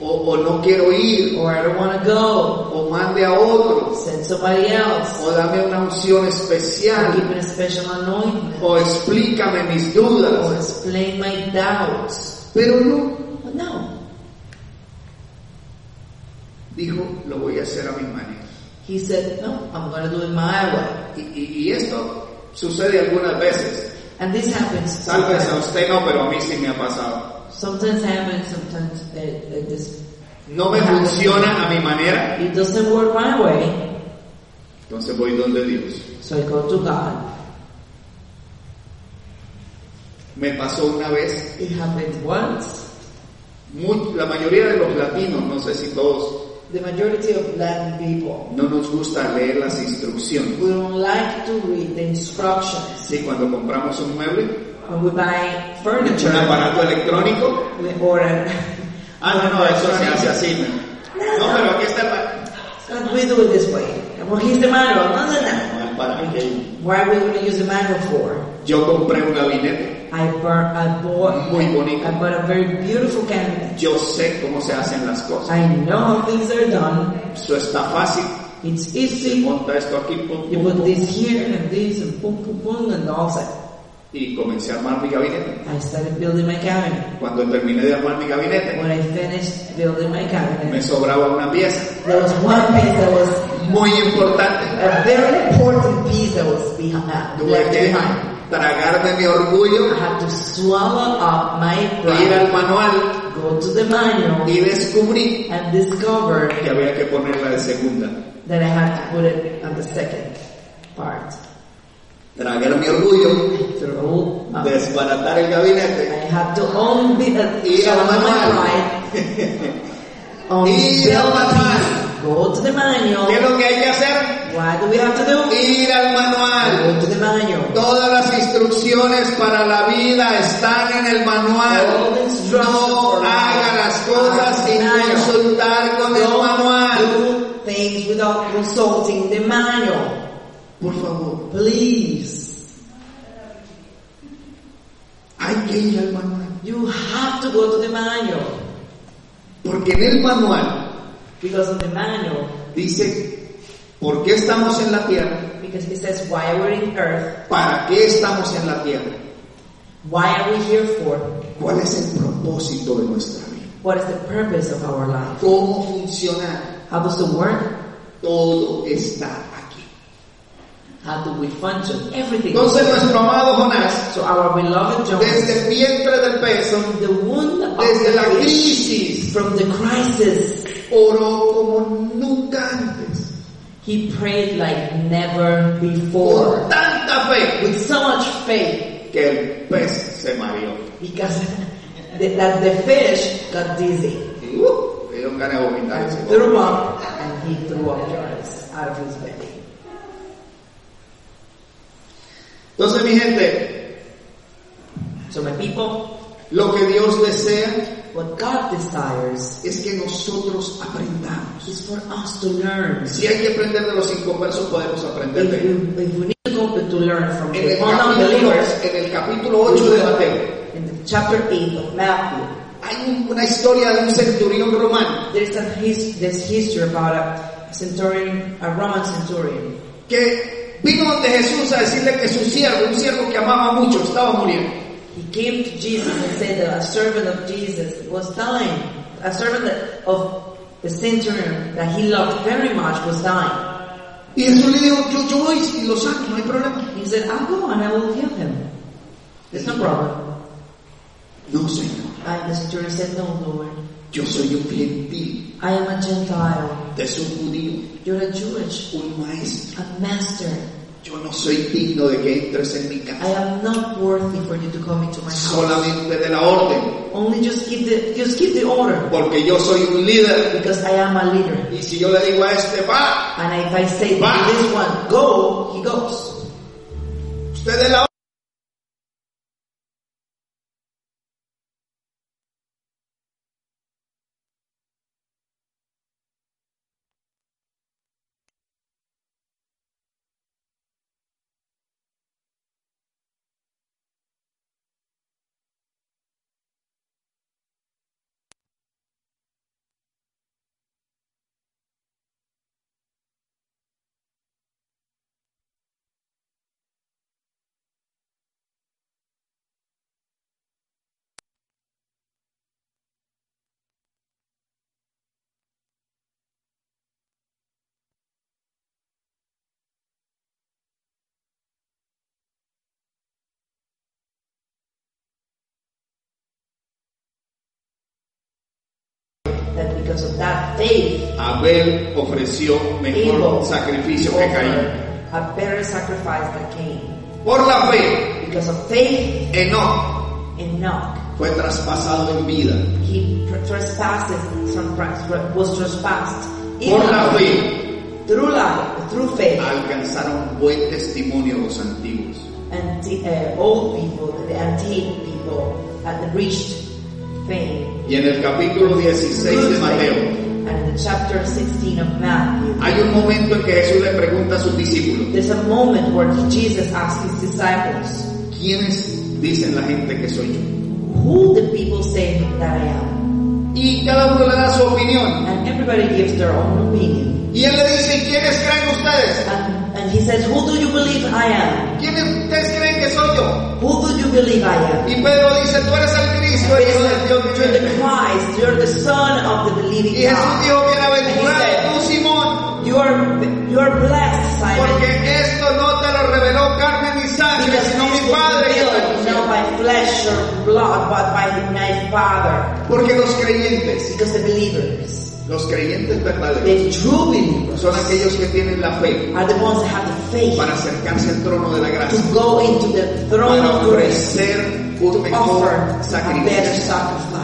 S2: o, o no quiero ir,
S1: or I don't want to go.
S2: o mande a otro,
S1: Send somebody else.
S2: o dame una unción
S1: Or give
S2: especial,
S1: me a special anointment.
S2: o explícame mis
S1: Or
S2: dudas?
S1: explain my doubts."
S2: Pero no,
S1: But no,
S2: dijo, lo voy a hacer a mi manera.
S1: he said, "No, I'm going to do it my way."
S2: Y, y- y esto sucede algunas veces.
S1: And this happens.
S2: Tal vez a
S1: sometimes.
S2: usted no, pero a mí sí me ha pasado.
S1: Sometimes happens. Sometimes uh, uh, this
S2: No me funciona a mi manera,
S1: It doesn't work my way,
S2: entonces voy donde Dios.
S1: so I go to God.
S2: Me pasó una vez,
S1: It happened once.
S2: mu- la mayoría de los latinos, no sé si todos,
S1: The majority of Latin people,
S2: no nos gusta leer las instrucciones.
S1: we don't like to read the instructions.
S2: Sí, cuando compramos un mueble,
S1: When we buy
S2: un
S1: furniture,
S2: aparato electrónico.
S1: we order.
S2: Ah, no, no, eso se hace así. No, No, pero aquí está el ma-
S1: But we do it this way. Well, here's the manual. No, no, no.
S2: No, para qué.
S1: Why are we going to use the manual for?
S2: Yo compré un gabinete,
S1: I, bur- I bought
S2: muy bonito.
S1: I bought a very beautiful cabinet.
S2: Yo sé cómo se hacen las cosas.
S1: I know how things are done.
S2: Eso está fácil.
S1: It's
S2: Se
S1: easy.
S2: monta esto aquí, pum,
S1: You
S2: pum,
S1: put
S2: pum,
S1: this here and this and boom, boom, boom, and all set.
S2: y comencé a armar mi gabinete.
S1: I started building my cabinet.
S2: Cuando terminé de armar mi gabinete,
S1: When I finished building my
S2: me
S1: cabinet,
S2: sobraba una pieza
S1: there was one piece that was
S2: muy importante.
S1: a very important piece that was behind, uh,
S2: Tuve
S1: left
S2: que
S1: behind.
S2: tragarme mi
S1: I
S2: orgullo,
S1: had to swallow up my
S2: ir
S1: pride,
S2: al manual
S1: go to the manual,
S2: y descubrí
S1: and discover
S2: que había que ponerla de segunda.
S1: that I had to put it on the second part.
S2: Tragar mi orgullo,
S1: Throw up.
S2: desbaratar el
S1: Um, I
S2: gabinete,
S1: had to own the uh,
S2: Ir al
S1: swallow
S2: manual.
S1: my pride. Own
S2: Ir al manual.
S1: build a piece, Go to the manual.
S2: ¿qué es lo que hay que hacer?
S1: Why do we have to do?
S2: Ir al manual.
S1: Go to the manual.
S2: Todas las instrucciones para la vida están en el manual. No haga las cosas sin consultar con el manual.
S1: do things without consulting the manual.
S2: Por favor,
S1: Please,
S2: hay que ir al manual.
S1: you have to go to the manual
S2: Porque en el manual
S1: because in the manual,
S2: dice, ¿por qué estamos en la tierra?
S1: because it says why we're in earth,
S2: ¿Para qué estamos en la tierra?
S1: why are we here for,
S2: ¿Cuál es el propósito de nuestra vida?
S1: what is the purpose of our life,
S2: ¿Cómo funcionar?
S1: how does it work,
S2: Todo está aquí.
S1: how do we function, everything.
S2: Entonces nuestro amado Jonás,
S1: So our beloved John,
S2: desde el vientre del peso,
S1: from the wound of
S2: desde la
S1: the fish,
S2: crisis,
S1: from the crisis,
S2: oró como nunca antes,
S1: he prayed like never before.
S2: con tanta fe
S1: with so much faith
S2: que el pez se mareó.
S1: because the, that the fish got dizzy,
S2: Y, uh, le dieron ganas de vomitar.
S1: and
S2: ese pobre.
S1: threw up, and he threw up Jonas out of his belly.
S2: Entonces, mi gente,
S1: So my people,
S2: lo que Dios desea
S1: what God desires
S2: es que nosotros aprendamos.
S1: is for us to learn.
S2: Si hay que aprender de los inconversos, podemos aprender de
S1: If
S2: ellos.
S1: we, if we need to learn from
S2: En el
S1: the
S2: capítulo,
S1: unbelievers
S2: en el capítulo 8 de Mateo
S1: in the chapter 8 of Matthew.
S2: hay un- una historia de un centurión romano
S1: There's a his, this history about a centurion, a Roman centurion,
S2: que vino ante Jesús a decirle que su siervo, un siervo que amaba mucho, estaba muriendo.
S1: He came to Jesus and said that a servant of Jesus was dying. A servant that- of the centurion that he loved very much was dying.
S2: Y Jesús le dijo, yo, yo voy y lo saco, no hay problema.
S1: He said, I'll go and I will heal him. There's no problem.
S2: No, Señor,
S1: And the centurion said, No, Lord.
S2: yo soy un gentil,
S1: I am a Gentile.
S2: usted es un judío,
S1: You're a Jewish.
S2: un maestro.
S1: A master.
S2: Yo no soy digno de que entres en mi
S1: I
S2: casa.
S1: am not worthy for you to come into my house.
S2: Solamente de la orden,
S1: Only just give the just give the order.
S2: porque yo soy un líder.
S1: Because I am a leader.
S2: Y si yo le digo a este, va,
S1: And if I say to
S2: Wow.
S1: this one, go, he goes.
S2: usted de la orden.
S1: that because of that faith,
S2: Abel ofreció mejor
S1: Abel
S2: sacrificio que Caín.
S1: offered a better sacrifice than Cain.
S2: Por la fe,
S1: Because of faith,
S2: Enoch
S1: Enoch,
S2: fue traspasado en vida.
S1: he tr- trespasses, some trans- was trespassed.
S2: Por la
S1: Enoch,
S2: fe,
S1: through life, through faith,
S2: alcanzaron buen testimonio los antiguos.
S1: and the, uh, old people, the antique people, had reached fame.
S2: Y en el capítulo 16 de
S1: Good
S2: Mateo,
S1: fame. And in the chapter 16 of Matthew,
S2: hay un momento en que Jesús le pregunta a sus discípulos,
S1: there's a moment where Jesus asks his disciples,
S2: ¿quiénes dicen la gente que soy yo?
S1: who the people say that I am?
S2: Y cada uno le da su opinión.
S1: And everybody gives their own opinion.
S2: Y él le dice, "¿Y ¿quiénes creen ustedes?
S1: And, Um, and he says, Who do you believe I am?
S2: ¿Quiénes ustedes creen que soy yo?
S1: Who do you believe I am?
S2: Y Pedro dice, tú eres el Cristo, el Hijo del Dios
S1: You're the
S2: viviente.
S1: Christ, you're the Son of the believing
S2: Y Jesús
S1: God.
S2: dijo, bienaventurado tú, Simón,
S1: You are, you are blessed, Simon.
S2: porque esto no te lo reveló carne ni sangre,
S1: Because
S2: sino
S1: this
S2: mi
S1: is
S2: Padre que está en los
S1: revealed
S2: cielos".
S1: not by flesh or blood, but by my Father.
S2: Porque los creyentes,
S1: Because the believers,
S2: los creyentes verdaderos,
S1: the true believers,
S2: son aquellos que tienen la fe
S1: are the ones that have the faith
S2: para acercarse al trono de la gracia.
S1: to go into the throne
S2: para
S1: of grace,
S2: ofrecer
S1: to
S2: un mejor
S1: offer a better
S2: sacrificio.
S1: sacrifice.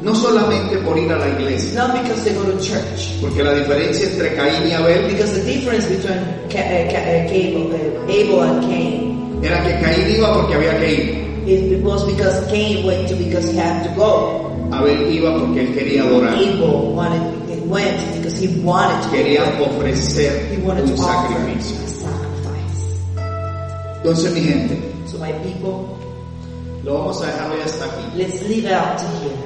S2: No solamente por ir a la iglesia,
S1: Not because they go to church.
S2: porque la diferencia entre Caín y Abel
S1: Because the difference between Ca- uh, Ca- uh, Cable, uh, Abel and Cain
S2: era que Caín iba porque había que ir,
S1: it was because Cain went to because he had to go.
S2: Abel iba porque él quería adorar,
S1: Abel wanted he went because he wanted to.
S2: quería ofrecer
S1: He wanted to
S2: un
S1: offer
S2: sacrificio.
S1: a sacrifice.
S2: Entonces mi gente,
S1: So my people,
S2: lo vamos a dejar hoy hasta aquí,
S1: let's leave it out to here.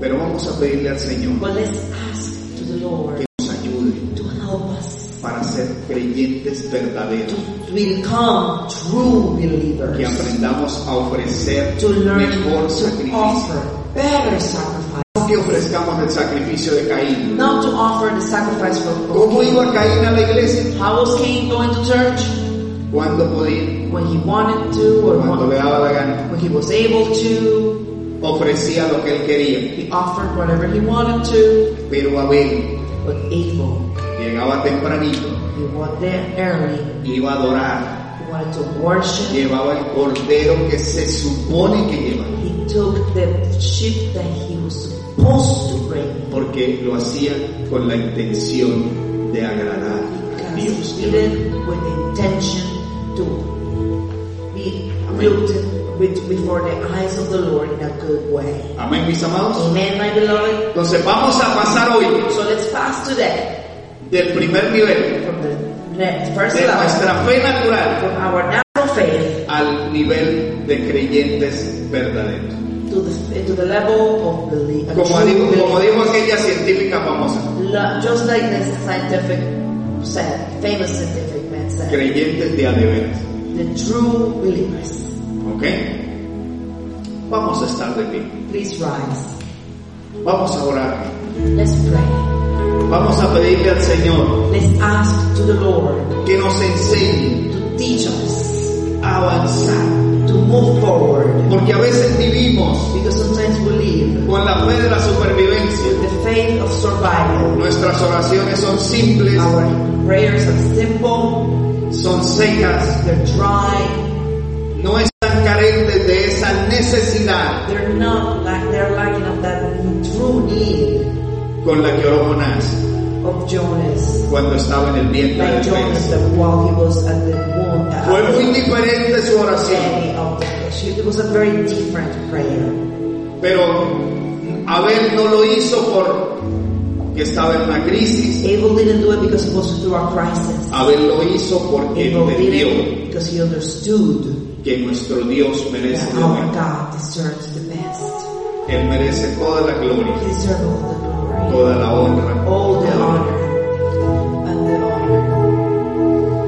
S2: pero vamos a pedirle al Señor
S1: But let's ask to the Lord
S2: que nos ayude
S1: to help us
S2: para ser creyentes verdaderos,
S1: to become true
S2: que
S1: believers,
S2: aprendamos a ofrecer
S1: to learn
S2: mejor
S1: to
S2: sacrificio,
S1: offer better sacrifice,
S2: no que ofrezcamos el sacrificio de Caín.
S1: not to offer the sacrifice for
S2: ¿Cómo iba Caín a la iglesia?
S1: How was Cain going to church?
S2: Cuando podía,
S1: When he wanted to, or
S2: cuando le
S1: when,
S2: daba la gana.
S1: when he was able to,
S2: Ofrecía lo que él quería.
S1: he offered whatever he wanted to.
S2: Pero Abel
S1: But Abel,
S2: llegaba tempranito,
S1: he went there early.
S2: iba a adorar,
S1: He wanted to worship.
S2: llevaba el cordero que se supone que llevaba,
S1: He took the sheep that he was supposed to bring.
S2: porque lo hacía con la intención de agradar a
S1: Because
S2: Dios.
S1: he did it with the intention to be looked with, before the eyes of the Lord in a good way.
S2: Amén, mis amados.
S1: Amen, my beloved.
S2: Entonces vamos a pasar hoy
S1: So let's fast today
S2: del primer nivel
S1: from the that first
S2: de
S1: love
S2: nuestra fe natural
S1: from our natural faith
S2: al nivel de creyentes verdaderos.
S1: to the, to the level of belief.
S2: Como dijo, como dijo aquella científica famosa,
S1: Lo- Just like the scientific said, famous scientific man said,
S2: creyentes de adeveras.
S1: the true believers,
S2: ¿Ok? Vamos a estar de pie.
S1: please rise.
S2: Vamos a orar.
S1: Let's pray.
S2: Vamos a pedirle al Señor
S1: Let's ask to the Lord
S2: que nos enseñe
S1: to teach us
S2: a avanzar.
S1: to move forward
S2: Porque a veces vivimos
S1: because sometimes we live
S2: con la fe de la supervivencia.
S1: with the faith of survival.
S2: Nuestras oraciones son simples,
S1: Our prayers are simple,
S2: son secas,
S1: they're dry,
S2: no están carentes de esa necesidad
S1: they're not like they're lacking of that true need
S2: con la que oró Jonás
S1: of Jonas.
S2: cuando estaba en el vientre
S1: Like
S2: del
S1: Jonas,
S2: pez.
S1: that while he was at the womb,
S2: Fue muy diferente su oración,
S1: day of the flesh. It was a very different prayer.
S2: pero Abel no lo hizo porque estaba en una crisis,
S1: Abel didn't do it because he was through a crisis.
S2: Abel lo hizo porque
S1: Abel did
S2: entendió
S1: it because he understood
S2: que nuestro Dios merece
S1: that
S2: lo
S1: our
S2: mejor.
S1: God deserves the best.
S2: Él merece toda la gloria,
S1: He deserves all the glory,
S2: toda la honra,
S1: all the honor, and the honor.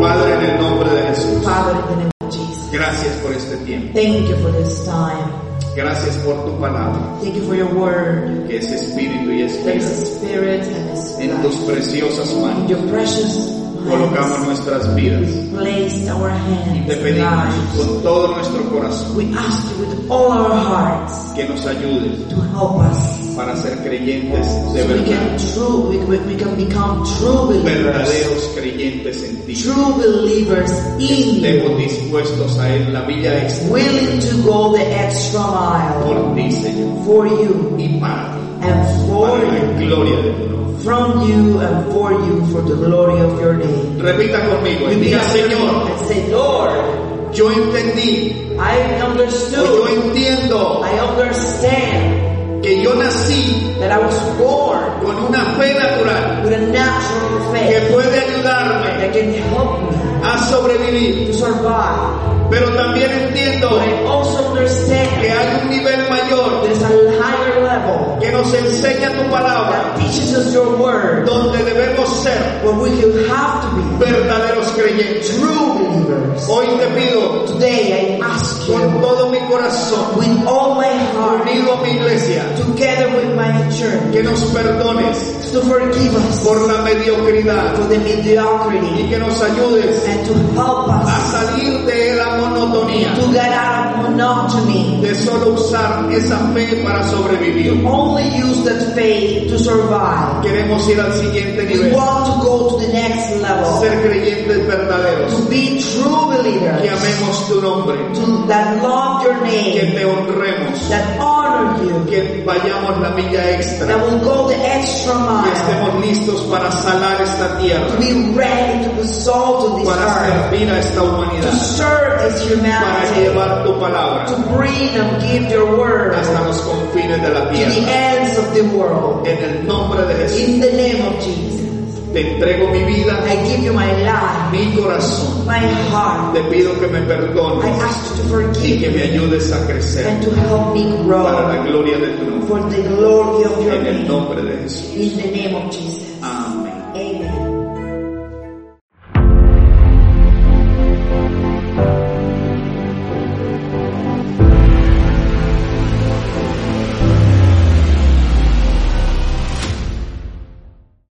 S2: Padre, en el nombre de Jesús,
S1: Father, in the name of Jesus,
S2: gracias por este tiempo,
S1: thank you for this time.
S2: gracias por tu palabra.
S1: Thank you for your word.
S2: que es espíritu y
S1: There is
S2: espíritu.
S1: a spirit and a
S2: En tus
S1: spirit.
S2: preciosas
S1: In
S2: manos
S1: your precious
S2: colocamos
S1: hands,
S2: nuestras vidas.
S1: placed our
S2: Y
S1: hands
S2: te
S1: and
S2: pedimos
S1: lives.
S2: con todo nuestro corazón
S1: We ask you with all our hearts
S2: que nos ayudes
S1: to help us.
S2: para ser creyentes de
S1: So we can
S2: verdad,
S1: true, we, we, we can become true believers,
S2: verdaderos creyentes en ti.
S1: true believers in
S2: Estemos
S1: you,
S2: dispuestos a ir la villa extra
S1: willing to go the extra mile
S2: por ti, Señor,
S1: for you
S2: y para ti,
S1: and for
S2: para la
S1: you,
S2: gloria de tu nombre.
S1: from you and for you for the glory of your name.
S2: Repita conmigo, y
S1: Repeat
S2: diga,
S1: after me
S2: Señor,
S1: and say, Lord,
S2: yo entendí,
S1: I
S2: o yo
S1: understood,
S2: entiendo
S1: I understand
S2: que yo nací
S1: that I was born
S2: con una fe natural
S1: with a natural
S2: que
S1: faith
S2: puede ayudarme
S1: that can help me
S2: a sobrevivir,
S1: to survive.
S2: pero también entiendo
S1: But I also
S2: que
S1: understand
S2: hay un nivel mayor
S1: there's a higher level
S2: que nos enseña tu palabra,
S1: that teaches us your word,
S2: donde debemos ser
S1: where we will have to be
S2: verdaderos creyentes.
S1: true believers.
S2: Hoy te pido
S1: Today I ask
S2: con
S1: you,
S2: todo mi corazón,
S1: with all my heart,
S2: unido a mi iglesia,
S1: together with my church,
S2: que nos perdones
S1: to forgive us
S2: por la mediocridad
S1: for the
S2: y
S1: mediocrity
S2: que nos ayudes
S1: and to help
S2: a
S1: us
S2: salir de la monotonía
S1: to get out of monotony.
S2: de solo usar esa fe para sobrevivir.
S1: Only use that faith to survive.
S2: Queremos ir al siguiente
S1: We
S2: nivel,
S1: want to go to the next level.
S2: ser creyentes verdaderos.
S1: to be true
S2: que
S1: believers,
S2: amemos tu nombre,
S1: to that love your
S2: que
S1: name,
S2: te honremos,
S1: that honor you,
S2: que vayamos la milla
S1: that
S2: extra,
S1: will go the extra
S2: que
S1: mile,
S2: estemos listos para salar esta
S1: to
S2: tierra,
S1: be ready to be salt on this
S2: para
S1: earth,
S2: servir a esta
S1: to
S2: humanidad,
S1: serve as
S2: para
S1: humanity,
S2: llevar tu
S1: to
S2: palabra
S1: bring and give your word
S2: hasta los confines de la
S1: to the
S2: tierra.
S1: ends of the world.
S2: En el nombre de Jesús,
S1: In the name of Jesus,
S2: te entrego mi vida,
S1: I give you my life,
S2: mi corazón.
S1: my heart.
S2: Te pido que me
S1: I
S2: perdones
S1: ask you to
S2: y
S1: forgive
S2: que me
S1: me
S2: ayudes a crecer
S1: and to help me
S2: para
S1: grow
S2: la gloria de tu nombre.
S1: for the glory of your
S2: En el
S1: name.
S2: nombre de Jesús. 啊
S1: In the name of Jesus.
S2: Amén.
S1: Amen.